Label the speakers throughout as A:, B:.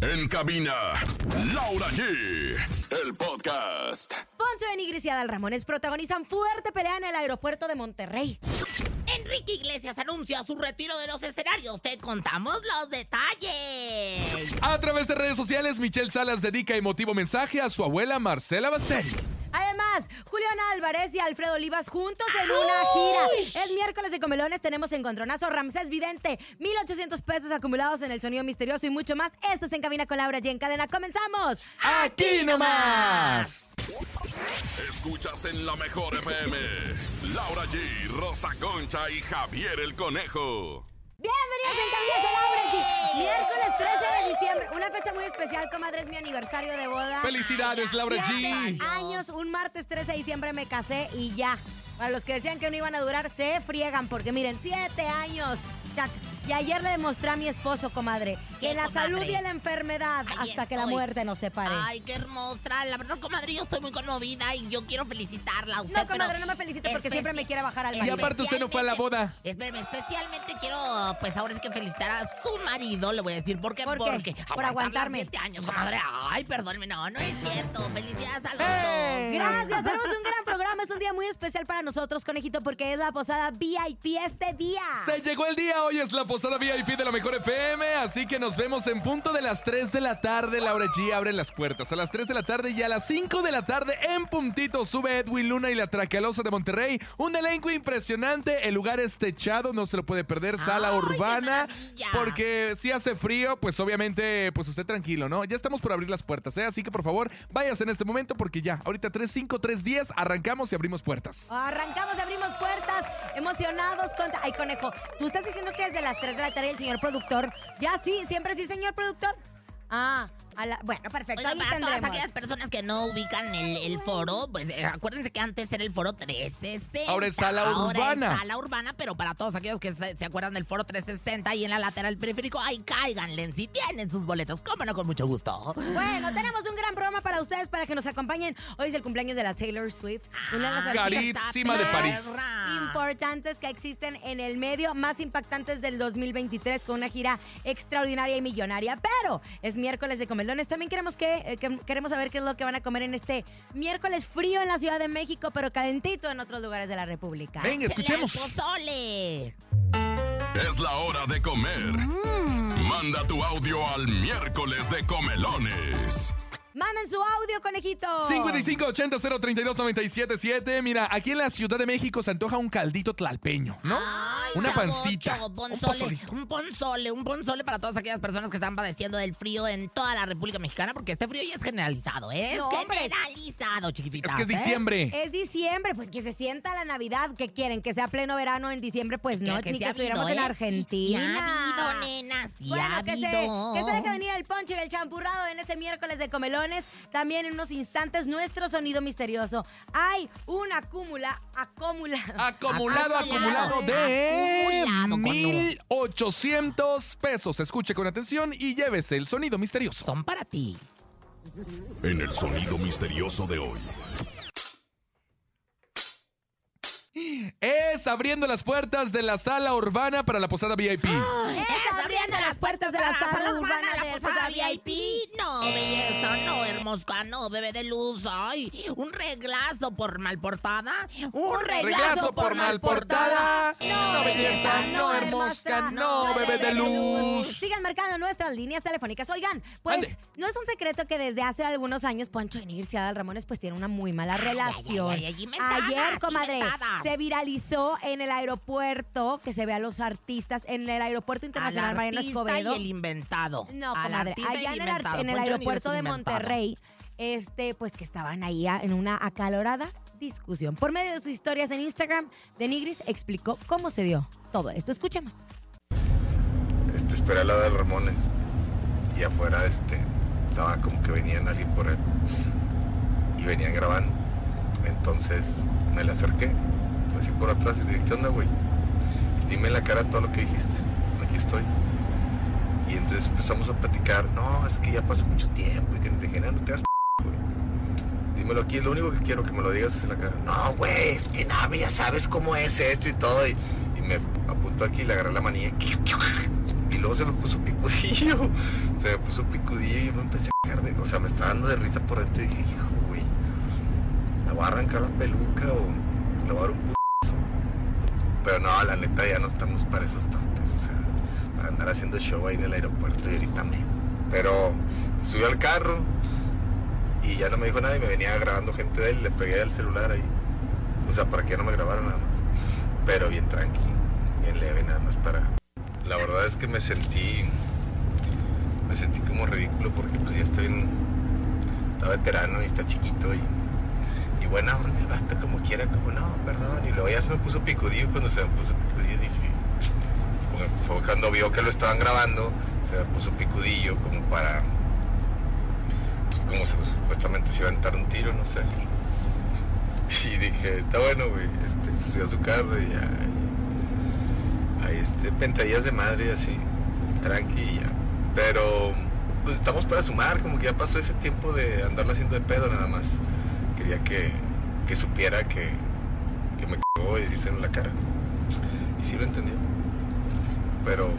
A: En cabina, Laura G. El podcast.
B: Poncho de Nigris y Adal Ramones protagonizan fuerte pelea en el aeropuerto de Monterrey.
C: Enrique Iglesias anuncia su retiro de los escenarios. Te contamos los detalles.
D: A través de redes sociales, Michelle Salas dedica emotivo mensaje a su abuela Marcela Bastel.
B: Además, Julián Álvarez y Alfredo Olivas juntos en una gira. El miércoles de Comelones tenemos encontronazo Ramsés Vidente, 1800 pesos acumulados en el sonido misterioso y mucho más. Esto es En Cabina con Laura G. En cadena, comenzamos.
D: ¡Aquí nomás!
A: Escuchas en la mejor FM. Laura G, Rosa Concha y Javier el Conejo.
B: Bienvenidos en Cabina con Laura G. Miércoles 13 de diciembre, una fecha muy especial, comadre, es mi aniversario de boda.
D: ¡Felicidades, Laura G!
B: Siete años, un martes 13 de diciembre me casé y ya. Para los que decían que no iban a durar, se friegan, porque miren, siete años. Chac. Y ayer le demostré a mi esposo, comadre,
C: ¿Qué,
B: que la
C: comadre?
B: salud y la enfermedad
C: Ahí
B: hasta que la
C: estoy.
B: muerte nos separe.
C: Ay, qué hermosa. La verdad, comadre, yo estoy muy conmovida y yo quiero felicitarla a usted.
B: no, comadre,
C: pero
B: no me felicite porque
C: especi-
B: siempre me quiere bajar al
C: Y
D: Y
B: baño.
D: aparte usted no fue a la boda.
C: Espérame, especialmente quiero, pues ahora es que felicitar a su marido, le voy a decir por qué.
B: ¿Por qué?
C: porque
B: Por
C: aguantarla
B: aguantarme.
C: siete años, comadre. Ay, perdóneme, no, no es cierto. Felicidades a los
B: ¡Eh!
C: dos.
B: Gracias, tenemos un gran programa. Es un día muy especial para nosotros, conejito, porque es la posada VIP este día.
D: Se llegó el día, hoy es la posada VIP de la Mejor FM, así que nos vemos en punto de las 3 de la tarde. Laura G abre las puertas a las 3 de la tarde y a las 5 de la tarde en puntito sube Edwin Luna y la Tracalosa de Monterrey. Un elenco impresionante, el lugar es techado, no se lo puede perder, sala
C: ¡Ay, qué
D: urbana,
C: maravilla!
D: porque si hace frío, pues obviamente, pues usted tranquilo, ¿no? Ya estamos por abrir las puertas, ¿eh? Así que por favor, váyase en este momento porque ya, ahorita 3, 5, 3, 10, arrancamos y abrimos puertas.
B: Arrancamos, abrimos puertas, emocionados. Con... Ay, conejo, tú estás diciendo que desde las 3 de la tarde el señor productor. Ya sí, siempre sí, señor productor. Ah, a la- bueno, perfecto.
C: Oigan,
B: ahí
C: para todas
B: tendremos.
C: aquellas personas que no ubican el, el foro, pues eh, acuérdense que antes era el foro 360.
D: Ahora es sala urbana.
C: Ahora es sala urbana, pero para todos aquellos que se, se acuerdan del foro 360 y en la lateral periférico, ahí cáiganle. Si tienen sus boletos, cómo no, con mucho gusto.
B: Bueno, tenemos un gran programa para ustedes para que nos acompañen. Hoy es el cumpleaños de la Taylor Swift, una de las
D: Ah,
B: artistas
D: Carísima de
B: más
D: París.
B: importantes que existen en el medio, más impactantes del 2023 con una gira extraordinaria y millonaria. Pero es miércoles de comelones. También queremos que, eh, que- queremos saber qué es lo que van a comer en este miércoles frío en la Ciudad de México, pero calentito en otros lugares de la República.
D: Venga,
C: Échale al
D: escuchemos.
C: pozole.
A: Es la hora de comer. Manda tu audio al miércoles de comelones.
B: Manden su audio, conejito.
D: 5580032977. Mira, aquí en la Ciudad de México se antoja un caldito tlalpeño, ¿no?
C: Ay,
D: Una
C: chavo,
D: pancita.
C: chavo,
D: un
C: ponzole,
D: pozolito.
C: un ponzole, un ponzole para todas aquellas personas que están padeciendo del frío en toda la República Mexicana, porque este frío ya es generalizado, ¿eh? Es
B: No, hombre.
C: generalizado, ¿eh? chiquitita.
D: Es que es diciembre.
B: Es diciembre, pues que se sienta la Navidad. que quieren? ¿Que sea pleno verano en diciembre? Pues no,
C: que
B: ni
C: sí
B: que
C: ha
B: estuviéramos
C: habido,
B: en
C: ¿eh?
B: Argentina.
C: Sí ha habido, nena, sí ha
B: Bueno, que se,
C: habido.
B: que se deje venir el ponche y el champurrado en este miércoles de comelones. También en unos instantes, nuestro sonido misterioso. Hay una acúmula, acúmula. Acumulado.
D: Acumulado, acumulado de
C: Acumulado con U.
D: 1800 pesos. Escuche con atención y llévese el sonido misterioso.
C: Son para ti.
A: En el sonido misterioso de hoy.
D: Es abriendo las puertas de la sala urbana para la posada VIP.
B: Es abriendo las puertas de la sala urbana
C: de
B: de
C: la
B: Posada
C: posada VIP. No, belleza, no, hermosa, no, bebé de luz. Ay, un reglazo por malportada. Un reglazo,
D: Reglazo por malportada.
B: No,
D: No belleza, no hermosa, no bebé de luz.
B: Sigan marcando nuestras líneas telefónicas. Oigan, pues
D: Ande.
B: no es un secreto que desde hace algunos años Poncho y Nirciadal Ramones pues tiene una muy mala relación.
C: ay, ay, inventadas,
B: Ayer, comadre,
C: inventadas.
B: se viralizó en el aeropuerto, que se ve a los artistas en el aeropuerto
C: Al
B: internacional Mariano
C: artista y
B: Escobedo.
C: el inventado.
B: No,
C: Al
B: comadre,
C: artista y
B: allá en el, ar-
C: inventado.
D: pues
B: en el
C: Poncho Aguirre es
B: aeropuerto
C: un
B: de
C: inventado.
B: Monterrey, este, pues que estaban ahí a- en una acalorada discusión. Por medio de sus historias en Instagram, Denigris explicó cómo se dio todo esto. Escuchemos.
E: este, esperé a la del Ramones y afuera este, estaba como que venían alguien por él y venían grabando. Entonces me le acerqué, así por atrás y le dije, ¿qué onda, güey? Dime en la cara todo lo que dijiste, aquí estoy. Y entonces empezamos a platicar, no, es que ya pasó mucho tiempo y que me dije, no, no te das dímelo aquí, lo único que quiero que me lo digas es en la cara. No, güey, es que no, ya sabes cómo es esto y todo. Y, y me apuntó aquí y le agarré la manilla. Y luego se me puso picudillo. Se me puso picudillo y yo me empecé a cagar de. O sea, me estaba dando de risa por dentro y dije, hijo, güey, ¿la voy a arrancar la peluca o le voy a dar un putazo? Pero no, la neta ya no estamos para esos tantos. O sea, para andar haciendo show ahí en el aeropuerto y ahorita menos. Pero subió al carro y ya no me dijo nada y me venía grabando gente de él y le pegué el celular ahí. O sea, para que ya no me grabaron nada más. Pero bien tranqui, bien leve nada más para. La verdad es que me sentí. Me sentí como ridículo porque pues ya estoy en. Está veterano y está chiquito y. Y bueno, el vato como quiera, como no, perdón. Y luego ya se me puso picudillo y cuando se me puso picudillo dije. como fue cuando vio que lo estaban grabando, se me puso picudillo como para. pues, como se- supuestamente se iba a aventar un tiro, no sé. Y dije, está bueno, güey. Este, se subió a su carro y ya. Ahí, este, pentadillas de madre y así. Tranqui y ya. Pero, pues estamos para sumar, como que ya pasó ese tiempo de andarlo haciendo de pedo nada más. Quería que, que supiera que, que me cagó y decírselo en la cara. Y sí lo entendió. Pero,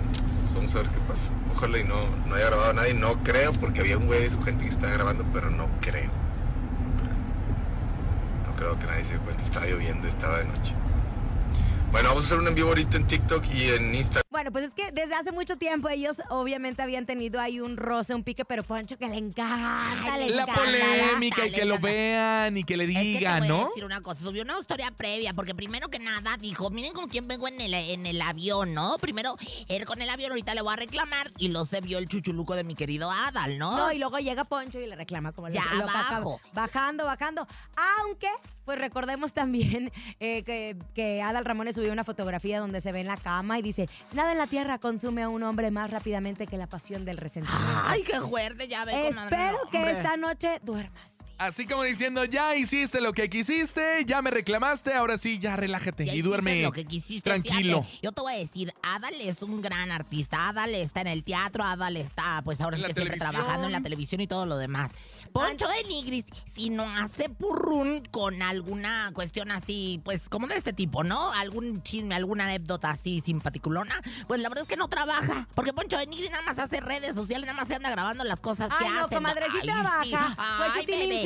E: vamos a ver qué pasa. Ojalá y no, no haya grabado a nadie. No creo, porque había un güey de su gente que estaba grabando, pero no creo. No creo. No creo que nadie se dio cuenta. Estaba lloviendo, estaba de noche. Bueno, vamos a hacer un en vivo ahorita en TikTok y en Instagram.
B: Bueno, pues es que desde hace mucho tiempo ellos obviamente habían tenido ahí un roce, un pique, pero Poncho que le encanta, le
D: La
B: encanta.
D: polémica y que lo
C: Dale,
D: vean y que le
C: Es que te
D: digan,
C: voy a
D: ¿no?
C: decir una cosa, subió una historia previa, porque primero que nada dijo, miren con quién vengo en el, en el avión, ¿no? Primero, él con el avión, ahorita le voy a reclamar, y luego se vio el chuchuluco de mi querido Adal, ¿no?
B: No, y luego llega Poncho y le reclama como lo-
C: Ah. Ya
B: lo, que acaba-
C: abajo.
B: Bajando, bajando. Aunque, pues recordemos también eh, que, que Adal Ramones subió una fotografía donde se ve en la cama y dice, nada en la tierra consume a un hombre más rápidamente que la pasión del resentimiento.
C: Ay, qué fuerte, ya Ah, ve, comadre,
B: Espero
C: no,
B: que
C: hombre.
B: esta noche duermas. bien.
D: Así como diciendo, ya hiciste lo que quisiste, ya me reclamaste, ahora sí, ya relájate
C: Ya
D: y
C: hiciste
D: duerme.
C: lo que quisiste,
D: tranquilo.
C: fíjate, yo te voy a decir, Adal es un gran artista. Adal está en el teatro, Adal está, pues ahora
D: En
C: sí
D: la
C: que siempre
D: televisión.
C: trabajando en la televisión y todo lo demás. Poncho de Nigris, si no hace purrún con alguna cuestión así, pues como de este tipo, ¿no? Algún chisme, alguna anécdota así simpaticulona, pues la verdad es que no trabaja. Porque Poncho de Nigris nada más hace redes sociales, nada más se anda grabando las cosas que
B: Ay,
C: hace.
B: no, comadre, sí trabaja. Fue su team infierno.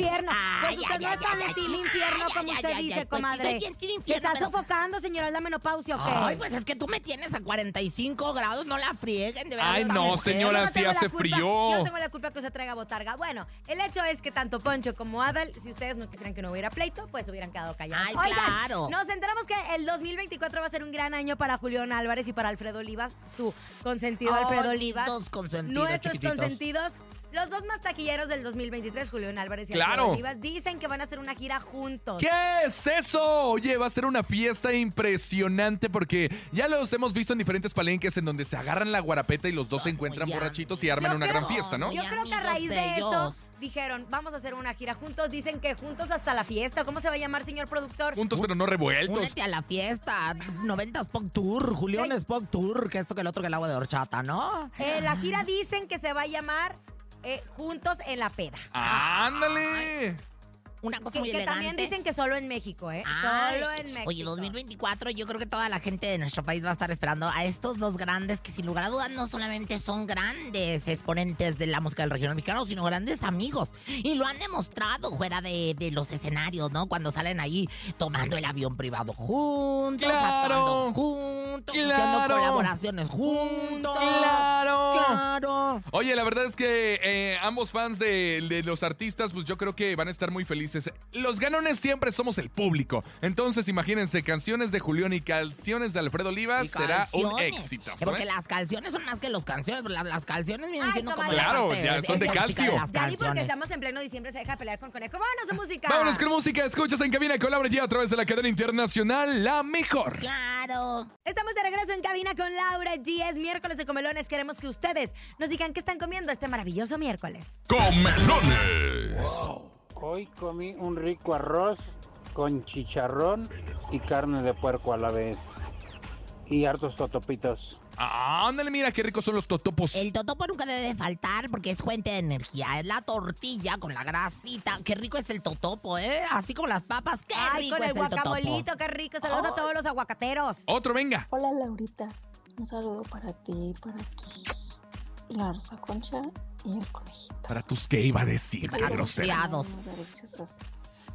B: Pues usted no está en el team infierno, como usted dice,
C: Pues,
B: comadre.
C: Estoy bien team
B: Se
C: infierno,
B: está
C: pero-
B: sofocando, señora, es la menopausia, ¿ok?
C: Ay, pues es que tú me tienes a 45 grados, no la frieguen, de verdad.
D: Ay,
C: esta
D: no,
C: mujer.
D: señora.
B: Yo no
D: sí
B: tengo la
D: hace
B: culpa-
D: frío.
B: Yo no tengo la culpa que se traiga botarga. Bueno, el hecho es que tanto Poncho como Adal, si ustedes no quisieran que no hubiera pleito, pues hubieran quedado callados.
C: Ay,
B: Oigan,
C: claro.
B: Nos enteramos que el 2024 va a ser un gran año para Julián Álvarez y para Alfredo Olivas, su consentido
C: Ay,
B: Alfredo Olivas.
C: Dos consentidos,
B: Nuestros
C: chiquititos.
B: consentidos. Los dos más taquilleros del 2023, Julián Álvarez y
D: Claro.
B: Alfredo Olivas, dicen que van a hacer una gira juntos.
D: ¿Qué es eso? Oye, va a ser una fiesta impresionante porque ya los hemos visto en diferentes palenques en donde se agarran la guarapeta y los dos se
C: Ay,
D: encuentran
C: muy
D: borrachitos y
C: amigos.
D: arman
B: Yo
D: una
B: creo-
D: gran fiesta, ¿no?
C: Muy
B: Yo creo que a
C: amigos
B: raíz
C: de
B: de eso
C: ellos.
B: dijeron, vamos a hacer una gira juntos. Dicen que juntos hasta la fiesta. ¿Cómo se va a llamar, señor productor?
D: Juntos pero no revueltos.
C: Únete a la fiesta. 90 Pop Tour, Julián es Pop Tour, que esto que el otro que el agua de horchata, ¿no?
B: Eh, la gira dicen que se va a llamar eh, Juntos en la Peda.
D: ¡Ándale!
C: Una cosa
B: Que,
C: muy
B: que
C: elegante.
B: también dicen que solo en México, ¿eh?
C: Ay,
B: solo en México.
C: Oye, 2024, yo creo que toda la gente de nuestro país va a estar esperando a estos dos grandes que sin lugar a dudas no solamente son grandes exponentes de la música del regional mexicano, sino grandes amigos. Y lo han demostrado fuera de, de los escenarios, ¿no? Cuando salen ahí tomando el avión privado juntos,
D: Claro.
C: actuando juntos,
D: Claro.
C: haciendo colaboraciones juntos.
D: ¡Claro!
C: Claro.
D: Oye, la verdad es que eh, ambos fans de, de los artistas, pues yo creo que van a estar muy felices. Los ganones siempre somos el público. Entonces, imagínense, canciones de Julián y canciones de Alfredo Olivas
C: Y
D: será un
C: canciones.
D: éxito. ¿eh?
C: Porque las canciones son más que los canciones. Las, las canciones vienen
B: Ay,
C: siendo como.
B: comadre.
C: la
D: Claro,
C: parte
D: ya son de
C: estética
D: calcio.
B: Ya
C: las
B: ni porque
C: canciones.
B: estamos en pleno diciembre se deja pelear con conejo. ¡Vámonos a música!
D: Vámonos con música, escuchas en cabina con Laura G a través de la cadena internacional La Mejor.
C: Claro.
B: Estamos de regreso en cabina con Laura G. Es miércoles de comelones. Queremos que ustedes nos digan qué están comiendo este maravilloso miércoles.
A: Comelones.
F: Hoy comí un rico arroz con chicharrón y carne de puerco a la vez. Y hartos totopitos.
D: Ah, ándale, mira qué ricos son los totopos.
C: El totopo nunca debe de faltar porque es fuente de energía. Es la tortilla con la grasita. Qué rico es el totopo, ¿eh? Así como las papas. Qué
B: Ay,
C: rico
B: con
C: es
B: el
C: el totopo.
B: guacamolito, qué rico. Saludos a todos los aguacateros.
D: Otro, venga.
G: Hola Laurita, Un saludo para ti, para tus la rosa concha y el conejito.
D: Para tus que iba a decir,
C: para
D: qué
C: tus
D: grosera.
C: criados.
G: Unas deliciosas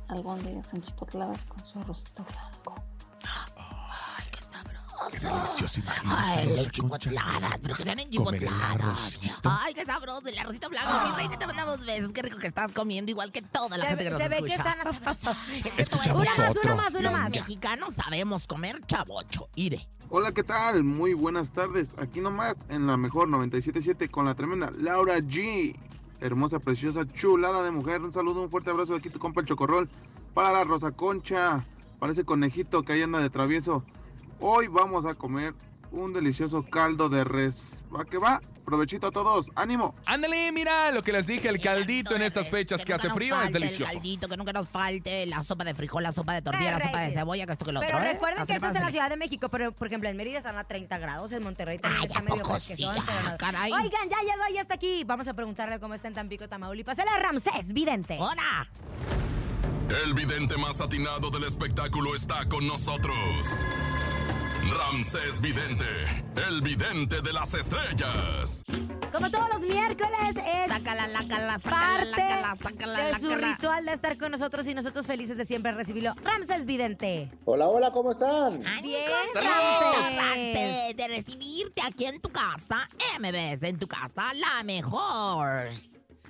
G: albóndigas enchipotladas con su arrocito blanco.
C: Ay, qué
D: Qué
C: sabroso.
D: delicioso, imagínate,
C: Ay,
D: Rosa
C: las
D: Concha.
C: chipotladas, pero que sean en
D: Comer el
C: chipotladas.
D: arrocito.
C: Ay, qué sabroso, el arrocito blanco, mi reina, te mandamos besos. Qué rico que estás comiendo, igual que toda la
B: Se
C: gente
B: ve-
C: que nos
B: se ve que
C: escucha.
B: están asabrosadas.
C: Es que
D: Escuchamos
C: tú eres-
B: Una más, una
D: otro.
B: más, una
C: Los
B: más.
C: mexicanos sabemos comer chavocho, ire.
H: Hola, ¿qué tal? Muy buenas tardes. Aquí nomás en la mejor 977 con la tremenda Laura G. Hermosa, preciosa, chulada de mujer. Un saludo, un fuerte abrazo de aquí tu compa el Chocorrol para la Rosa Concha, para ese conejito que ahí anda de travieso. Hoy vamos a comer un delicioso caldo de res. ¿Va que va? Provechito a todos. ¡Ánimo!
D: Ándale, mira lo que les dije, el caldito en estas fechas que hace frío es
C: El
D: delicioso.
C: caldito, que nunca nos falte la sopa de frijol, la sopa de tortilla, la sopa de
B: reyes.
C: cebolla, que esto que lo otro.
B: Pero
C: ¿eh?
B: recuerden que
C: Así
B: esto es en la
C: pásale.
B: Ciudad de México, pero por ejemplo en Mérida están a 30 grados, en Monterrey también
C: Ay,
B: está
C: ¿a
B: medio
C: poco
B: fresquezón,
C: sí?
B: pero
C: Ah,
B: no-
C: caray.
B: Oigan, ya llegó, ya está aquí. Vamos a preguntarle cómo está en Tampico, Tamaulipas. Él es Ramsés, vidente.
C: ¡Hora!
A: El vidente más atinado del espectáculo está con nosotros. Ramsés Vidente, el vidente de las estrellas.
B: Como todos los miércoles es
C: Sácala, lácala, sácala,
B: parte
C: lácala, sácala,
B: de su
C: lácala.
B: ritual de estar con nosotros y nosotros felices de siempre recibirlo. Ramsés Vidente.
I: Hola, hola, ¿cómo están?
C: Ani,
B: Bien,
C: contentos
B: Ramses.
C: antes de recibirte aquí en tu casa, MBS, en tu casa, la mejor.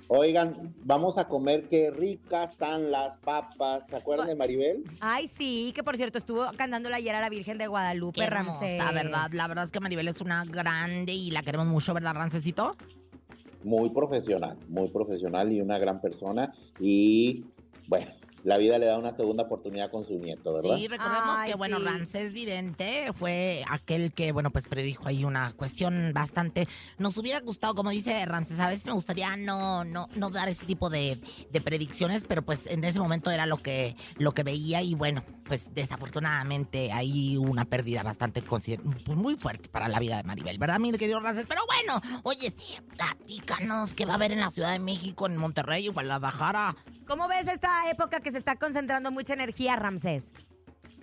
I: Oigan, vamos a comer qué ricas están las papas. ¿Se acuerdan de Maribel?
B: Ay, sí, que por cierto estuvo cantándola ayer a la Virgen de Guadalupe,
C: Qué
B: Ramsés.
C: hermosa, ¿verdad? La verdad es que Maribel es una grande y la queremos mucho, ¿verdad, Rancecito?
I: Muy profesional, muy profesional y una gran persona. Y bueno, la vida le da una segunda oportunidad con su nieto, ¿verdad?
C: Sí, recordemos
B: Ay,
C: que, bueno,
B: sí.
C: Ramsés Vidente fue aquel que, bueno, pues predijo ahí una cuestión bastante... Nos hubiera gustado, como dice Ramsés, a veces me gustaría no, no, no dar ese tipo de, de predicciones, pero pues en ese momento era lo que, lo que veía y, bueno, pues desafortunadamente hay una pérdida bastante consider- pues, muy fuerte para la vida de Maribel, ¿verdad, mi querido Ramsés? Pero bueno, oye, platícanos qué va a haber en la Ciudad de México, en Monterrey, en Guadalajara.
B: ¿Cómo ves esta época que se está concentrando mucha energía, Ramsés?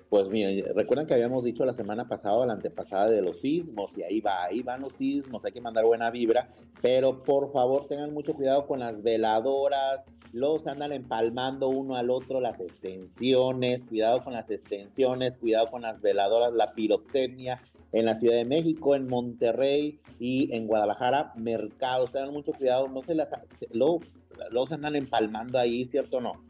I: Pues miren, recuerdan que habíamos dicho la semana pasada, la antepasada de los sismos, y ahí va, ahí van los sismos, hay que mandar buena vibra, pero por favor tengan mucho cuidado con las veladoras, los andan empalmando uno al otro las extensiones, cuidado con las extensiones, cuidado con las veladoras, la pirotecnia en la Ciudad de México, en Monterrey y en Guadalajara, mercados, tengan mucho cuidado, no se las, luego, los andan empalmando ahí, ¿cierto o no?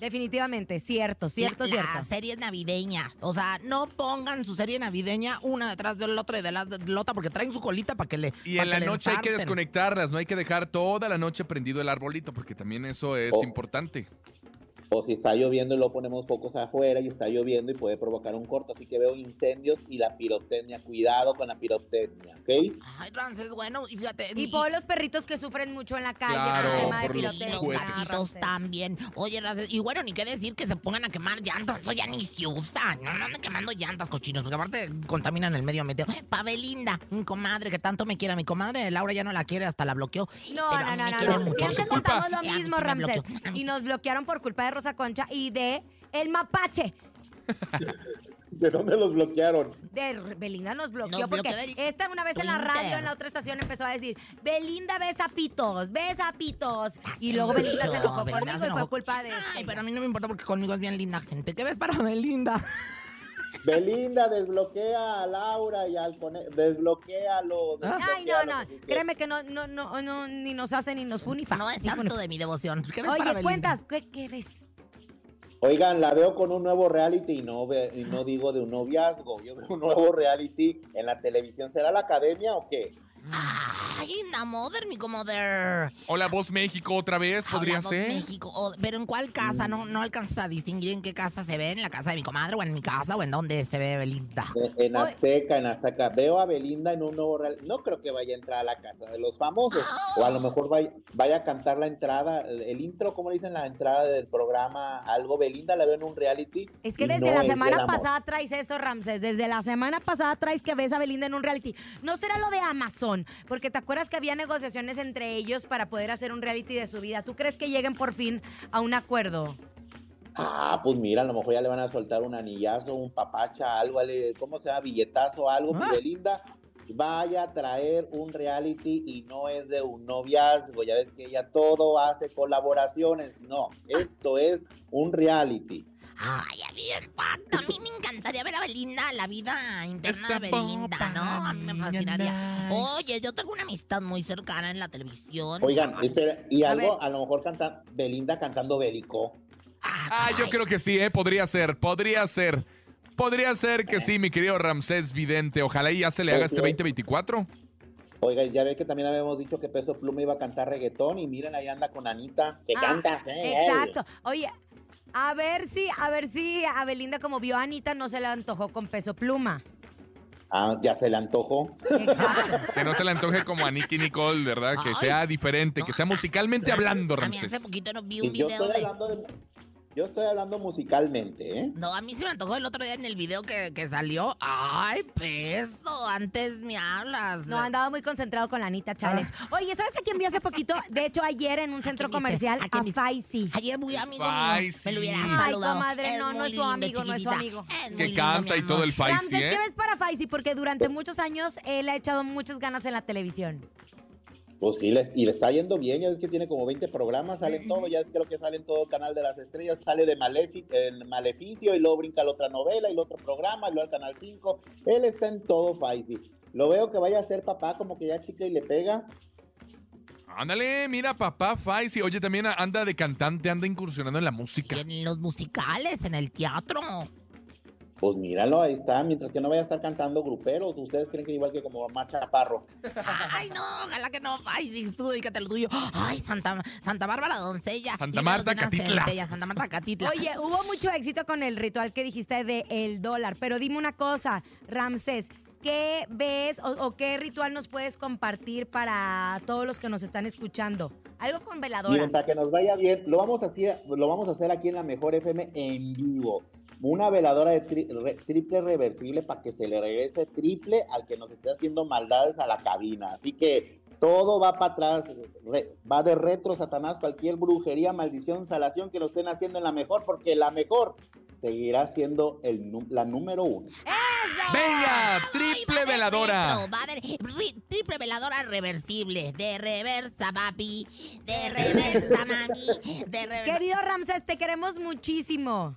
B: Definitivamente, cierto, cierto,
C: La-
B: cierto.
C: Las series navideñas. O sea, no pongan su serie navideña una detrás del otro y de la de la otra porque traen su colita para que le.
D: Y
C: pa'
D: en la
C: le
D: noche hay que
C: ensarten.
D: desconectarlas, no hay que dejar toda la noche prendido el arbolito, porque también eso es
I: Oh.
D: importante.
I: O si está lloviendo, y luego ponemos focos afuera y está lloviendo y puede provocar un corto. Así que veo incendios y la pirotecnia. Cuidado con la pirotecnia, ¿ok?
C: Ay, Ramses, bueno, y fíjate.
B: Y por los perritos que sufren mucho en la calle,
D: Claro,
B: por el tema de
D: por los
B: pirotecnia,
D: cohetes.
C: gatitos
B: Ramsés.
C: también. Oye, Ramses, y bueno, ni qué decir que se pongan a quemar llantas. Eso ya ni se usa. No no anden quemando llantas, cochinos, porque aparte contaminan el medio ambiente. Pabelinda, mi comadre, que tanto me quiere. Mi comadre Laura ya no la quiere, hasta la bloqueó.
B: No,
C: Pero
B: no,
C: a mí
B: no,
C: me
B: no,
C: quiere
B: no.
C: mucho,
B: Siempre
C: mi culpa.
B: contamos
C: A mí
B: lo
C: sí
B: mismo,
C: me
B: Ramsés.
C: bloqueó, a mí
B: Y
C: sí.
B: nos bloquearon por culpa de Rosa Concha y de El Mapache.
I: ¿De dónde los bloquearon?
B: De R- Belinda nos bloqueó
C: Nos
B: porque
C: bloqueó del
B: esta una vez en la
C: Twitter.
B: radio, en la otra estación, empezó a decir, Belinda besa pitos, besa pitos. Y luego Belinda se enojó
C: Belinda
B: conmigo
C: se
B: y fue
C: enojó.
B: culpa de
C: Ay,
B: este.
C: pero a mí no me importa porque conmigo es bien linda gente. ¿Qué ves para Belinda?
I: Belinda, desbloquea a Laura y al conejo. Desbloquealo.
B: Ay, no, no, créeme que no, no, no, no, ni nos hace ni nos funifa.
C: No es tanto de mi devoción. ¿Qué ves para
B: Oye,
C: Belinda?
B: cuentas, ¿qué, qué ves?
I: Oigan, la veo con un nuevo reality y no, ve- y no digo de un noviazgo. Yo veo un nuevo reality en la televisión. ¿Será la academia o qué?
C: Ay, una mother, mi comoder.
D: O la voz México otra vez, podría
C: Hablamos
D: ser.
C: México. o- pero ¿en cuál casa? No, no alcanzas a distinguir en qué casa se ve, en la casa de mi comadre o en mi casa o en dónde se ve Belinda.
I: En- E, En Azteca, en Azteca. Veo a Belinda en un nuevo real. No creo que vaya a entrar a la casa de los famosos. O a lo mejor vaya, vaya a cantar la entrada, el, el intro, como le dicen, la entrada del programa. Algo Belinda la veo en un reality.
B: Es que
I: y
B: desde
I: no
B: la
I: es del
B: semana
I: amor.
B: pasada traes eso, Ramses. Desde la semana pasada traes que ves a Belinda en un reality. No será lo de Amazon, porque te acuerdas que había negociaciones entre ellos para poder hacer un reality de su vida. ¿Tú crees que lleguen por fin a un acuerdo?
I: Ah, pues mira, a lo mejor ya le van a soltar un anillazo, un papacha, algo, ale- ¿cómo sea? Billetazo, algo, mi
C: Ah.
I: Belinda. vaya a traer un reality y no es de un noviazgo. Ya ves que ella todo hace colaboraciones. No, esto es un reality.
C: Ay, a mí me impacta. A mí me encantaría ver a Belinda, la vida interna
D: Esa
C: de Belinda,
D: boba,
C: ¿no? A mí me fascinaría.
D: nice.
C: Oye, yo tengo una amistad muy cercana en la televisión.
I: Oigan,
C: Ay,
I: espera, y
B: A
I: algo, a lo mejor canta Belinda cantando bélico.
D: Ah, yo creo que sí, ¿eh? Podría ser, podría ser. Podría ser
C: Eh.
D: que sí, mi querido Ramsés Vidente. Ojalá y ya se le haga este 2024.
I: Oiga, ya ve que también habíamos dicho que Peso Pluma iba a cantar reggaetón y miren, ahí anda con Anita. Que
B: Ah,
I: cantas, ¿eh?
B: Exacto. Oye, a ver si, a ver si a Belinda, como vio a Anita, no se le antojó con peso pluma.
I: Ah, ya se le antojó.
B: Exacto.
D: Que no se le antoje como a Nicky Nicole, ¿verdad? Que
C: Ay.
D: sea diferente, que sea musicalmente hablando,
C: A mí
D: Ramsés.
C: hace poquito no vi
I: Y
C: un
I: yo
C: video
I: estoy
C: de...
I: hablando de- Yo estoy hablando musicalmente, ¿eh?
C: No, a mí se me antojó el otro día en el video que, que salió. Ay, peso, antes me hablas.
B: No, andaba muy concentrado con la Anita Challenge. Oye, ¿sabes a quién vi hace poquito? De hecho, ayer en un centro
C: quién viste?
B: comercial
C: Ah. ¿A quién
B: a
C: viste?
B: Faisy.
C: Ayer muy amigo mío.
D: Ay, sí.
C: Me lo hubiera
D: Ay,
C: saludado.
B: comadre, no, no
C: muy
B: es su
C: lindo,
B: amigo, no es su
C: chiquitita.
B: amigo.
C: Es muy
D: Que
C: lindo,
D: canta
C: mi
D: y todo el
C: amor.
B: Ramses,
D: Faisy,
B: ¿qué
D: ¿eh?
B: ves para Faisy? Porque
C: Oh.
B: durante muchos años él ha echado muchas ganas en la televisión.
I: Pues sí, les- y le está yendo bien, ya ves que tiene como 20 programas, sale en todo, ya ves que lo que sale en todo el canal de las estrellas, sale de Malefi- en Maleficio y luego brinca la otra novela y el otro programa y luego al canal 5. Él está en todo, Faisy. Lo veo que vaya a ser papá, como que ya chicle y le pega.
D: Ándale, mira, papá Faisy. Oye, también anda de cantante, anda incursionando en la
C: Y
D: música.
C: en los musicales, en el teatro.
I: Pues míralo, ahí está, mientras que no vaya a estar cantando gruperos, ustedes creen que igual que como Omar Chaparro.
C: Ay, no, ojalá que no. Ay, sí, tú dedícate a lo tuyo. Ay, Santa, Santa Bárbara Doncella.
D: Santa
C: Llena
D: Marta
C: de una
D: Catitla.
C: centella, Santa Marta Catitla.
B: Oye, hubo mucho éxito con el ritual que dijiste de el dólar, pero dime una cosa, Ramsés, ¿qué ves o, o qué ritual nos puedes compartir para todos los que nos están escuchando? Algo con veladora.
I: Miren, para que nos vaya bien, lo vamos a hacer, lo vamos a hacer aquí en la Mejor FM en vivo. Una veladora de tri- re- triple reversible para que se le regrese triple al que nos esté haciendo maldades a la cabina. Así que todo va para atrás, re- va de retro, Satanás, cualquier brujería, maldición, salación que nos estén haciendo en la mejor, porque la mejor seguirá siendo el, nu- la número uno.
D: ¡Venga!
C: Ay, va
D: ¡Triple
C: de
D: veladora!
C: retro, va de- ri- triple veladora reversible. De reversa, papi. De reversa, mami. De reversa.
B: Querido Ramsés, te queremos muchísimo.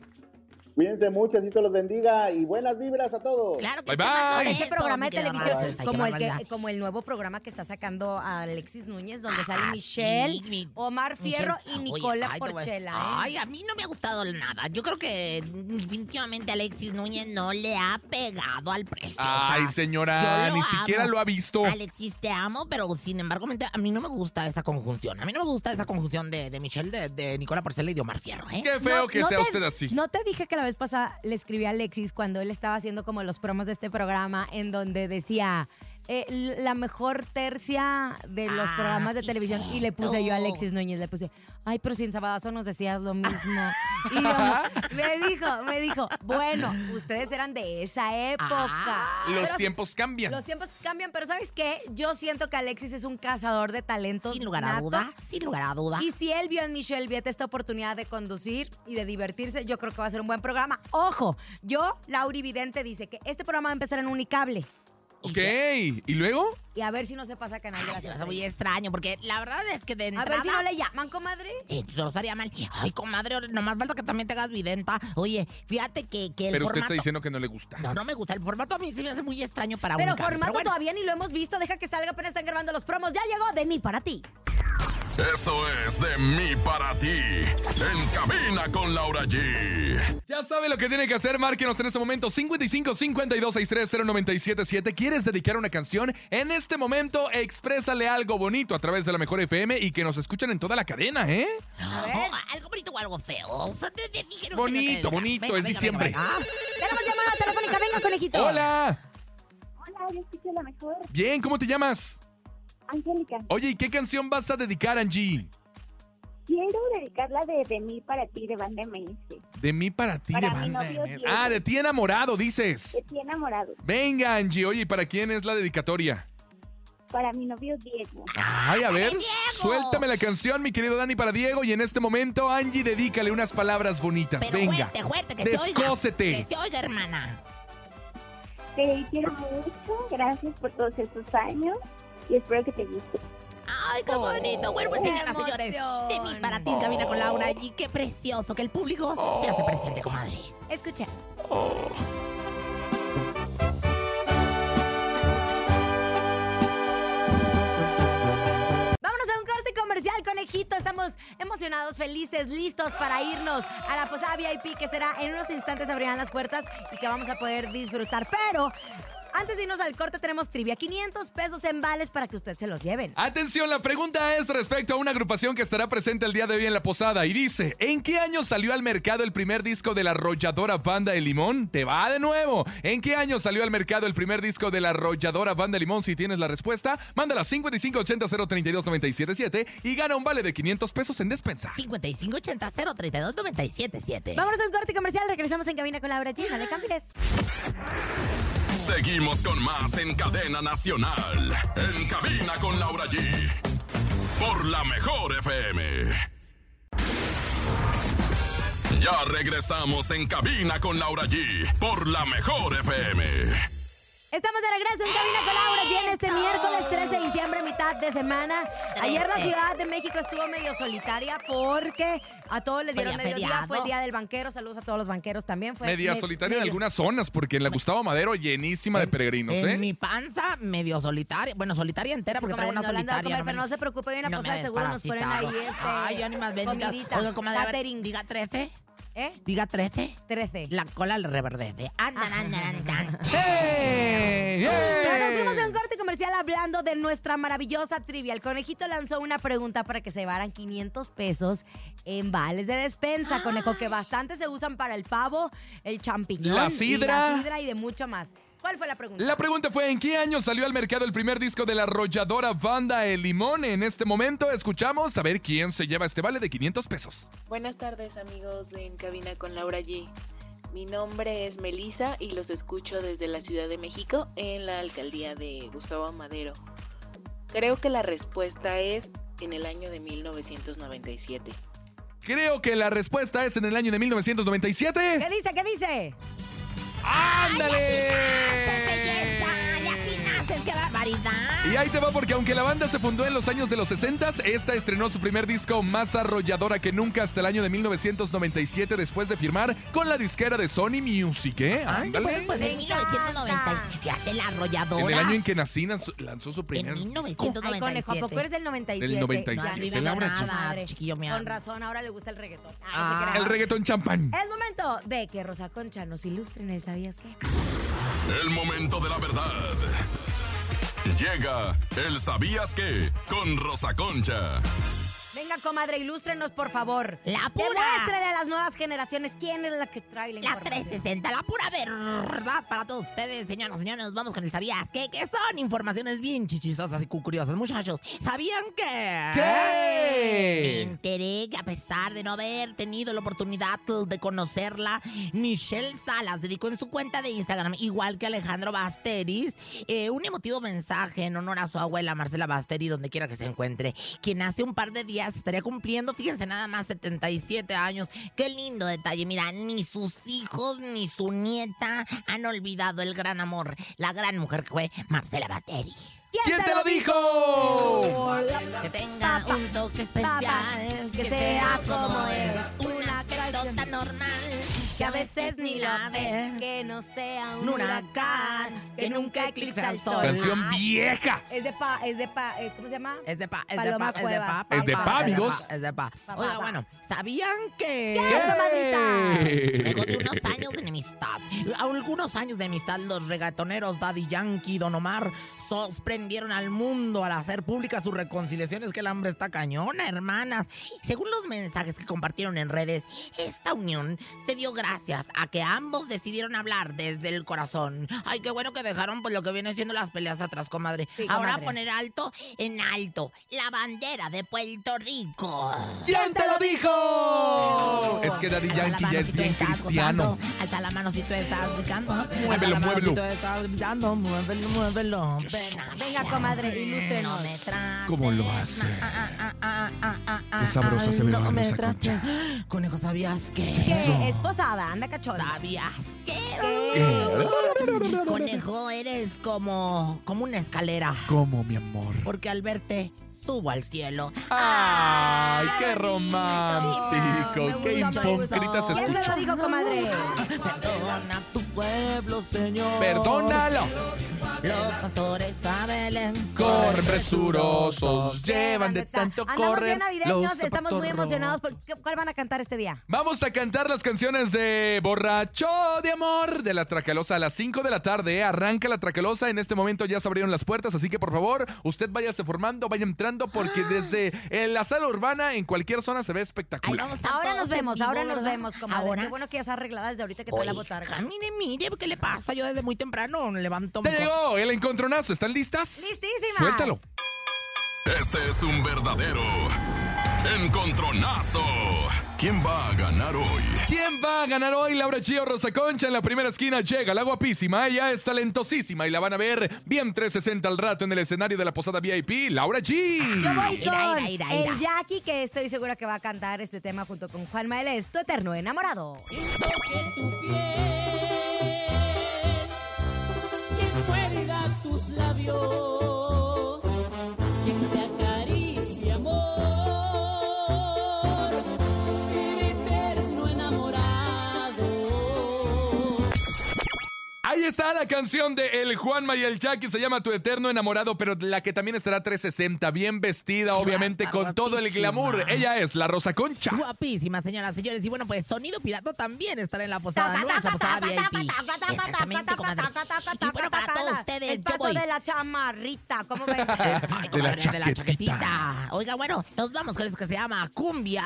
I: Cuídense mucho, así te los bendiga y buenas vibras a todos.
C: Claro que
D: Bye,
C: te mando
D: bye.
C: besos,
B: Este programa
C: mi
B: de
C: querido
B: televisión,
C: Ramses. Ay, qué
B: como, el que,
C: barbaridad.
B: como el nuevo programa que está sacando a Alexis Núñez, donde sale
C: Ah,
B: Michelle,
C: sí, mi-
B: Omar Fierro y
C: Oye,
B: Nicola
C: ay, te voy-
B: Porchela. ¿eh?
C: Ay, a mí no me ha gustado nada. Yo creo que definitivamente Alexis Núñez no le ha pegado al precio. o sea,
D: Ay, señora,
C: yo lo
D: ni siquiera
C: amo.
D: lo ha visto.
C: Alexis, te amo, pero sin embargo, mente- a mí no me gusta esa conjunción. A mí no me gusta esa conjunción de, de Michelle, de, de Nicola Porcela y de Omar Fierro, ¿eh?
D: Qué feo
B: No-
D: que
B: no
D: sea
B: te-
D: usted así.
B: No te dije que la vez pasada le escribí a Alexis cuando él estaba haciendo como los promos de este programa en donde decía eh, l- la mejor tercia de los
C: Ah,
B: programas de
C: sí,
B: televisión y le puse yo a
C: cierto.
B: Alexis Núñez, le puse, ay, pero si en Sabadazo nos decías lo mismo. Y yo- me dijo, me dijo, bueno, ustedes eran de esa época.
C: Ah,
D: Los
B: Pero-
D: tiempos cambian.
B: Los tiempos cambian, pero ¿sabes qué? Yo siento que Alexis es un cazador de talentos.
C: Sin lugar a
B: nato.
C: duda, sin lugar a duda.
B: Y si él vio en Michelle Viet esta oportunidad de conducir y de divertirse, yo creo que va a ser un buen programa. Ojo, yo, Lauri Vidente, dice que este programa va a empezar en Unicable
D: Ok, ¿y luego?
B: y a ver si no se pasa a Canal de
C: Ay,
B: las
C: se me hace
B: Estrellas.
C: muy extraño, porque la verdad es que de
B: A
C: entrada...
B: ver si no le llaman, comadre.
C: Eh, no estaría mal. Ay, comadre, ahora nomás falta que también te hagas videnta. Oye, fíjate que, que el
D: Pero usted
C: formato...
D: está diciendo que no le gusta.
C: No, no me gusta. El formato a mí se me hace muy extraño para
B: Pero
C: un cable,
B: formato
C: bueno.
B: todavía ni lo hemos visto. Deja que salga, apenas están grabando los promos. Ya llegó de mí para ti.
A: Esto es de mí para ti. En cabina con Laura G.
D: Ya sabe lo que tiene que hacer, márquenos en este momento 55 52 63 0977. ¿Quieres dedicar una canción? En este momento, exprésale algo bonito a través de la mejor FM y que nos escuchan en toda la cadena, ¿eh?
B: A ver.
C: Oh, algo bonito o algo feo. O sea, te, te dije que no
D: Bonito,
C: tenía que dedicar.
D: bonito, es diciembre.
C: venga. Ah,
B: Tenemos llamada telefónica. Venga, conejito.
D: ¡Hola!
G: Hola, yo escucho la mejor.
D: Bien, ¿cómo te llamas?
G: Angélica,
D: Oye, ¿y qué canción vas a dedicar, Angie?
G: quiero dedicarla de, de mí para ti, de Banda MS.
D: De mí para ti,
G: Para
D: de
G: mi
D: banda.
G: novio
D: MS.
G: Diego.
D: ah, de ti enamorado, dices.
G: Te estoy enamorado.
D: Venga, Angie, oye, ¿y para quién es la dedicatoria?
G: Para mi novio Diego.
D: Ay, a ver,
C: Diego!
D: suéltame la canción, mi querido Dani, para Diego. Y en este momento, Angie, dedícale unas palabras bonitas.
C: Pero
D: Venga.
C: fuerte, fuerte, que te oiga.
D: Descósete.
C: Que te oiga, hermana.
J: Te quiero mucho, gracias por todos estos años y espero que te guste.
C: Ay, qué bonito. Bueno, pues
B: Oh, qué Oh.
C: sigan las señores. De mí para ti, camina con Laura allí. Qué precioso que el público se hace presente, comadre.
B: Escuchemos. Vámonos a un corte comercial, conejito. Estamos emocionados, felices, listos para irnos a la posada VIP que será en unos instantes abrirán las puertas y que vamos a poder disfrutar. Pero antes de irnos al corte tenemos trivia. 500 pesos en vales para que usted se los lleven.
D: Atención, la pregunta es respecto a una agrupación que estará presente el día de hoy en la posada y dice, ¿en qué año salió al mercado el primer disco de la arrolladora banda de limón? Te va de nuevo. ¿En qué año salió al mercado el primer disco de la arrolladora banda de limón? Si tienes la respuesta, mándala 5580032977 y gana un vale de 500 pesos en
B: Ah.
D: despensa.
C: 5580 032 977
B: Vámonos a un corte comercial, regresamos en cabina con Laura G. No le cambies.
A: Seguimos con más en Cadena Nacional. En cabina con Laura G. Por la mejor FM. Ya regresamos en cabina con Laura G. Por la mejor FM.
B: Estamos de regreso en Cabina con Laura G en este miércoles 13 de diciembre, mitad de semana. Ayer
C: eh.
B: la Ciudad de México estuvo medio solitaria porque a todos les
C: Fue
B: dieron
C: día
B: medio día.
C: feriado.
B: Fue día del banquero. Saludos a todos los banqueros también. Fue
D: Media
B: pues, me-
D: solitaria en
B: medio-
D: algunas zonas porque en la Gustavo Madero llenísima de peregrinos,
C: En
D: ¿eh?
C: mi panza, medio solitaria. Bueno, solitaria entera, porque traigo
B: Comadre, no
C: una
B: la han dado a
C: solitaria.
B: comer, pero
C: me-
B: no se preocupe, hoy en la
C: no me
B: posada seguro nos ponen ahí
C: desparasitaron.
B: este,
C: Ay, ánimas benditas.
B: comidita,
C: Oiga, comadre, a ver,
B: caterings.
C: diga 13.
B: ¿Eh?
C: Diga 13.
B: 13.
C: La cola le reverdece. Andan,
B: Ah.
C: andan, andan.
D: ¡Hey!
B: Pero nos
D: ¡Hey!
B: fuimos a un corte comercial hablando de nuestra maravillosa trivia. El conejito lanzó una pregunta para que se llevaran 500 pesos en vales de despensa, conejo, que bastante se usan para el pavo, el champiñón,
D: La
B: y
D: sidra.
B: la sidra y de mucho más. ¿Cuál fue la pregunta?
D: La pregunta fue, ¿en qué año salió al mercado el primer disco de la arrolladora banda El Limón? En este momento escuchamos a ver quién se lleva este vale de 500 pesos.
K: Buenas tardes amigos de En Cabina con Laura G. Mi nombre es Melisa y los escucho desde la Ciudad de México en la alcaldía de Gustavo Madero. Creo que la respuesta es en el año de 1997.
D: Creo que la respuesta es en el año de
B: ¿Qué
D: 1997.
B: dice? ¿Qué dice?
D: ¡Ándale!
C: ¡Qué belleza! ¡Ya atinaste! ¡Qué barbaridad!
D: Y ahí te va porque aunque la banda se fundó en los años de los 60, esta estrenó su primer disco más arrolladora que nunca hasta el año de 1997 después de firmar con la disquera de Sony Music, ¿eh?
C: Ay, pues,
D: Ándale.
C: pues en
B: Me
C: 1990.
B: encanta.
C: Fíjate la
D: En
C: arrolladora.
D: el año en que nací lanzó- lanzó su primer disco.
C: 1997.
B: Ay, conejo, ¿a poco eres del 97?
D: Del 97.
C: No, a mí
B: Ay,
C: me
D: Laura,
C: ganaba,
B: madre.
C: chiquillo, me
B: Con
C: ama.
B: razón, ahora le gusta el reggaetón. Ay,
C: Ah.
B: se
D: El
B: crean.
D: reggaetón champán.
B: es momento de que Rosa Concha nos ilustre en el ¿Sabías qué?
A: El momento de la verdad. Llega el Sabías que con Rosa Concha.
B: Venga, comadre, ilústrenos, por favor.
C: La pura.
B: Demuéstrale a las nuevas generaciones quién es la que trae la
C: La
B: información.
C: 360, la pura verdad para todos ustedes, señoras y señores. Nos vamos con el sabías que, que son informaciones bien chichizosas y curiosas, muchachos. ¿Sabían que? Me
D: ¿Qué?
C: enteré que a pesar de no haber tenido la oportunidad de conocerla, Michelle Salas dedicó en su cuenta de Instagram, igual que Alejandro Basteris, eh, un emotivo mensaje en honor a su abuela Marcela Basteri, donde quiera que se encuentre, quien hace un par de días estaría cumpliendo, fíjense, nada más 77 años. Qué lindo detalle, mira, ni sus hijos ni su nieta han olvidado el gran amor, la gran mujer que fue Marcela Basteri.
D: ¿Quién te lo dijo?
C: Que tenga un toque especial, que sea como es, una pelota normal, que a veces ni la ves.
B: que no sea un
C: Un huracán que nunca eclipsa el sol.
D: Canción vieja.
B: Es de pa, es de pa, eh, ¿cómo se llama?
C: Es de pa, es de
B: Paloma
C: pa, es de pa.
B: Cuevas.
D: Es de pa, amigos.
C: Es de pa.
B: Pa, pa,
C: Oiga,
B: pa.
C: bueno, ¿sabían que...?
B: ¿Qué?
C: Luego de unos años de enemistad, algunos años de amistad, los reggaetoneros Daddy Yankee y Don Omar sorprendieron al mundo al hacer públicas sus reconciliaciones, que el hambre está cañona, hermanas. Según los mensajes que compartieron en redes, esta unión se dio gracias a que ambos decidieron hablar desde el corazón. Ay, qué bueno que dejaron pues, lo que viene siendo las peleas atrás, comadre.
B: Sí,
C: Ahora
B: comadre.
C: poner alto en alto la bandera de Puerto Rico.
D: ¿Quién te lo dijo? Es que Daddy
C: Alza la
D: Yankee
C: mano
D: ya
C: si
D: es
C: tú
D: bien
C: estás
D: cristiano.
C: gozando. Alza la mano si tú estás brincando. Alza
D: Muévelo,
C: la mano
D: muévelo.
C: Si tú estás gritando, muévelo, muévelo. Ven,
B: Venga, comadre,
C: No
B: ilústrenos.
C: me trates.
D: ¿Cómo lo hace?
C: Ah, ah, ah, ah, ah,
D: Qué sabrosa
C: ay,
D: se ve la
C: no me
D: rosa
C: trates. Conejo, ¿sabías qué?
B: Que es posada, anda cachorra.
C: ¿Sabías qué?
B: ¿Qué?
C: Conejo, eres como, como una escalera.
D: ¿Cómo, mi amor?
C: Porque al verte, subo al cielo.
D: ¡Ay, qué
B: Me
D: romántico!
B: gusta,
D: ¡Qué
B: me gusta.
D: hipócrita se
B: ¿Quién me
D: escucha!
B: lo dijo, comadre?
C: Perdona tu pueblo, Señor.
D: ¡Perdónalo!
C: Los pastores a Belén.
D: Corren presurosos, llevan de tanto
B: Andamos bien
D: corren los
B: navideños, estamos
D: zapatos
B: muy emocionados.
D: rojos.
B: por- ¿qué- ¿Cuál van a cantar este día?
D: Vamos a cantar las canciones de Borracho de Amor de la Tracalosa a las 5 de la tarde. ¿eh? Arranca la Tracalosa. En este momento ya se abrieron las puertas, así que por favor, usted váyase formando, vaya entrando, porque desde eh, la sala urbana en cualquier zona se ve
C: Ahí
D: espectacular.
C: vamos a estar
B: Ahora
C: todos
B: nos
C: en
B: vemos,
C: vivo,
B: ahora nos
C: ¿verdad?
B: vemos, comadre.
C: Ahora.
B: Qué bueno que ya está arreglada desde ahorita que te la
C: Oiga,
B: botarga.
C: mire, mire, ¿qué le pasa? Yo desde muy temprano le levanto.
D: ¡Te llegó el encontronazo! ¿Están listas?
B: ¡Listísimas!
D: ¡Suéltalo!
A: Este es un verdadero encontronazo. ¿Quién va a ganar hoy?
D: ¿Quién va a ganar hoy? Laura Chío Rosa Concha en la primera esquina llega la guapísima, ella es talentosísima y la van a ver bien 360 al rato en el escenario de la posada VIP, Laura
B: Yo
D: G.
B: voy
C: Ira,
B: con
C: ira, ira, ira.
B: el Jackie, que estoy segura que va a cantar este tema junto con Juan Mael, es tu eterno enamorado.
L: tus labios, quien te acaricia amor, ser eterno enamorado.
D: Ahí está la canción de El Juanma y el Jackie, se llama Tu Eterno Enamorado, pero la que también estará 360, bien vestida,
C: va a
D: obviamente
C: estar
D: con todo el
C: guapísima.
D: glamour. Ella es la Rosa Concha.
C: Guapísima, señoras, señores. Y bueno, pues Sonido Pirata también estará en la posada,
B: Ta, ta, ta,
C: nuestra
B: ta, ta,
C: posada
B: ta,
C: VIP.
B: ta, ta, ta, ta, ta,
C: Exactamente,
B: ta,
C: comadre.
B: ta, ta, ta, ta,
C: Y
B: ta,
C: bueno, para
B: ta,
C: todos
B: ta.
C: ustedes,
B: El
C: yo
B: paso
C: voy.
B: de la chamarrita, ¿cómo ves?
C: Ay,
D: De la
C: comadre, de la
D: chaquetita.
C: chaquetita. Oiga, bueno, nos vamos con eso que se llama Cumbia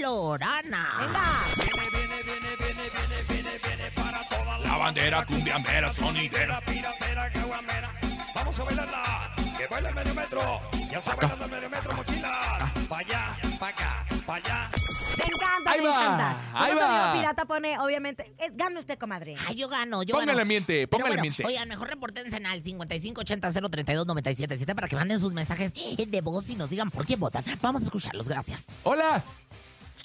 C: Lorana.
B: Venga.
D: La bandera cumbiambera, sonidera.
M: Vamos a bailarla, que baila el medio metro, ya se bailando el medio metro, mochilas, pa' allá, pa' acá, pa' allá.
B: Me encanta,
D: Ahí
B: me
D: va,
B: encanta.
D: ahí
B: Como sonido
D: va.
B: pirata pone, obviamente, eh, gana usted, comadre.
C: Ay, yo gano, yo
D: Póngale
C: gano.
D: ambiente,
C: Pero
D: póngale
C: bueno,
D: ambiente.
C: Oigan, mejor repórtense al 5580-032-977 para que manden sus mensajes de voz y nos digan por qué votan. Vamos a escucharlos, gracias.
D: Hola,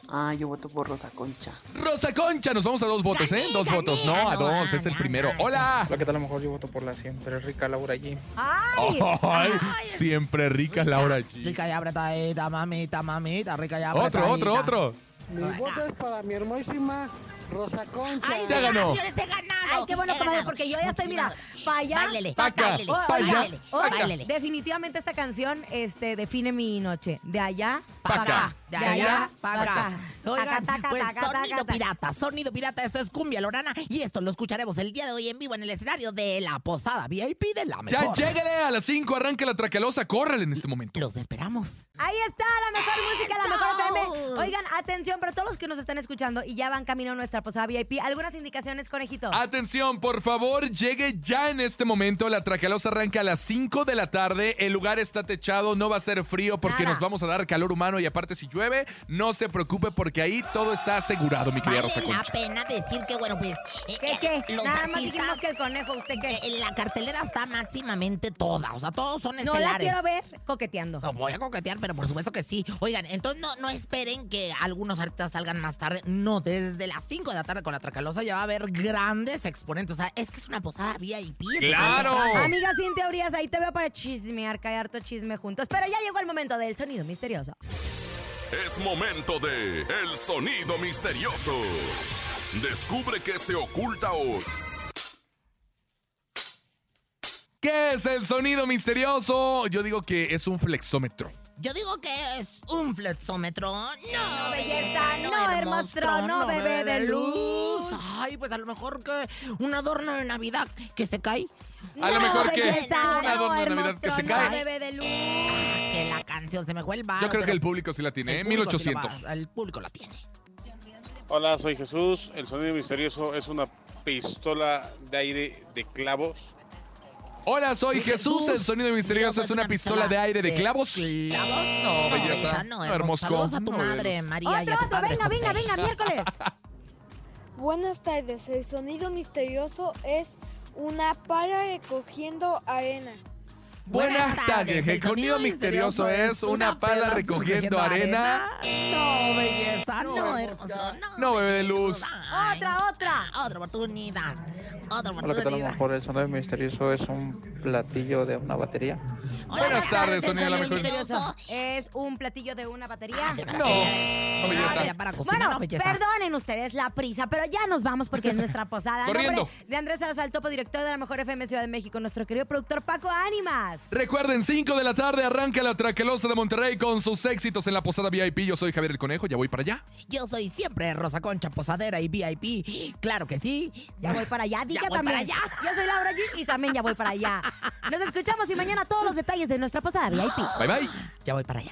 L: Ah, yo voto por Rosa Concha.
D: Rosa Concha, nos vamos a dos votos, ¿eh?
C: Gané,
D: Dos
C: gané.
D: votos. No, a dos, es el primero. Hola.
N: La que tal, a lo mejor yo voto por la siempre rica Laura G.
B: ¡Ay!
D: Ay, siempre rica Laura G.
C: Rica y apretadita, mamita, mamita, rica y apretadita.
D: Otro, otro, otro.
F: Mi voto es para mi hermosísima Rosa Concha.
C: Ay,
D: Ya
C: ya
D: ganó.
C: ganó. Señores, he ganado.
B: Ay, qué bueno,
C: He
B: comadre,
C: ganado.
B: porque yo ya estoy, mira,
C: Muchísimas-
B: para allá.
C: Báilele,
D: Pa' acá,
C: báilele,
B: Oh,
D: pa' allá,
C: báilele,
B: Hoy,
D: acá.
C: báilele.
B: definitivamente esta canción este, define mi noche. De allá
D: Pa'
B: para
D: acá.
B: acá.
C: De allá para acá. Oigan,
B: Taca, taca,
C: pues
B: taca, taca,
C: sonido
B: taca.
C: pirata, sonido pirata, esto es Cumbia Lorana y esto lo escucharemos el día de hoy en vivo en el escenario de la Posada VIP de la
D: Ya
C: mejor.
D: llégale a las 5, arranque la tracalosa, córrele en este momento.
C: Los esperamos.
B: Ahí está la mejor música, la mejor
C: ¡Eso!
B: FM. Oigan, atención, pero todos los que nos están escuchando y ya van camino a nuestra posada VIP, algunas indicaciones, conejito.
C: Ah,
D: Atención, por favor, llegue ya en este momento. La tracalosa arranca a las 5 de la tarde. El lugar está techado, no va a ser frío porque
B: Nada.
D: nos vamos a dar calor humano y aparte si llueve, no se preocupe porque ahí todo está asegurado, mi querida Rosa
C: Vale la
D: Concha.
C: pena decir que, bueno, pues... eh,
B: ¿Qué,
C: eh,
B: qué?
C: Los
B: Nada más dijimos
C: artistas...
B: que el conejo, ¿usted qué?
C: eh, en la cartelera está máximamente toda, o sea, todos son
B: no
C: estelares.
B: la quiero ver coqueteando.
C: No voy a coquetear, pero por supuesto que sí. Oigan, entonces no, no esperen que algunos artistas salgan más tarde. No, desde las 5 de la tarde con la Tracalosa ya va a haber grandes exponentes. O sea, es que es una posada VIP. entonces-
D: ¡Claro!
B: Amiga Cintia Urias, ahí te veo para chismear, caer harto chisme juntos. Pero ya llegó el momento del sonido misterioso.
A: Es momento de El Sonido Misterioso. Descubre qué se oculta hoy.
D: ¿Qué es el sonido misterioso? Yo digo que es un flexómetro.
C: Yo digo que es un flexómetro. No,
B: belleza,
C: belleza,
B: no,
C: no,
B: hermostro,
C: hermoso,
B: no, bebé de luz.
C: Ay, pues a lo mejor que un adorno de Navidad que se cae.
D: A lo
C: No,
D: mejor que-
C: belleza,
D: Un adorno
B: no,
D: de
B: hermoso,
D: Navidad que se
B: no,
D: cae.
B: bebé de luz.
C: Que la canción se me fue el bar.
D: Yo creo que el público sí la tiene, ¿eh? 1800.
C: el público la tiene.
O: Hola, soy Jesús. El sonido misterioso es una pistola de aire de clavos.
D: Hola, soy
C: Soy
D: Jesús.
C: Jesús.
D: El sonido misterioso es una pistola de aire de clavos.
C: clavos.
D: No, belleza.
C: belleza, No, hermoso.
D: Hermosco.
C: Saludos a tu
D: No,
C: madre,
D: belleza.
C: María. y
B: Otro,
C: a tu
B: otro,
C: padre,
B: venga,
C: José.
B: venga, venga, miércoles.
P: Buenas tardes, el sonido misterioso es una para recogiendo arena.
D: Buenas, tardes. El sonido misterioso es una pala recogiendo arena.
C: No, belleza, no, hermosa.
D: No, bebé de luz.
C: Otra, otra. Otra oportunidad.
N: Hola, ¿qué tal? A
C: Otra
N: lo
C: oportunidad.
N: mejor el sonido misterioso es un platillo de una batería.
D: Buenas tardes, Sonia la mejor.
B: Es un platillo de una batería.
D: No, no, belleza.
B: Bueno,
C: no, belleza.
B: perdonen ustedes la prisa, pero ya nos vamos porque es nuestra posada. A nombre
D: Corriendo.
B: De Andrés Salazar, topo director de la Mejor FM Ciudad de México, nuestro querido productor Paco Ánimas.
D: Recuerden, 5 de la tarde arranca la Traquelosa de Monterrey con sus éxitos en la posada VIP. Yo soy Javier el Conejo, ya voy para allá.
C: Yo soy siempre Rosa Concha, posadera y VIP. Claro que sí.
B: Ya voy para allá, diga
C: voy
B: también.
C: para allá.
B: Yo soy Laura G y también ya voy para allá. Nos escuchamos y mañana todos los detalles de nuestra posada VIP.
D: Bye bye.
C: Ya voy para allá.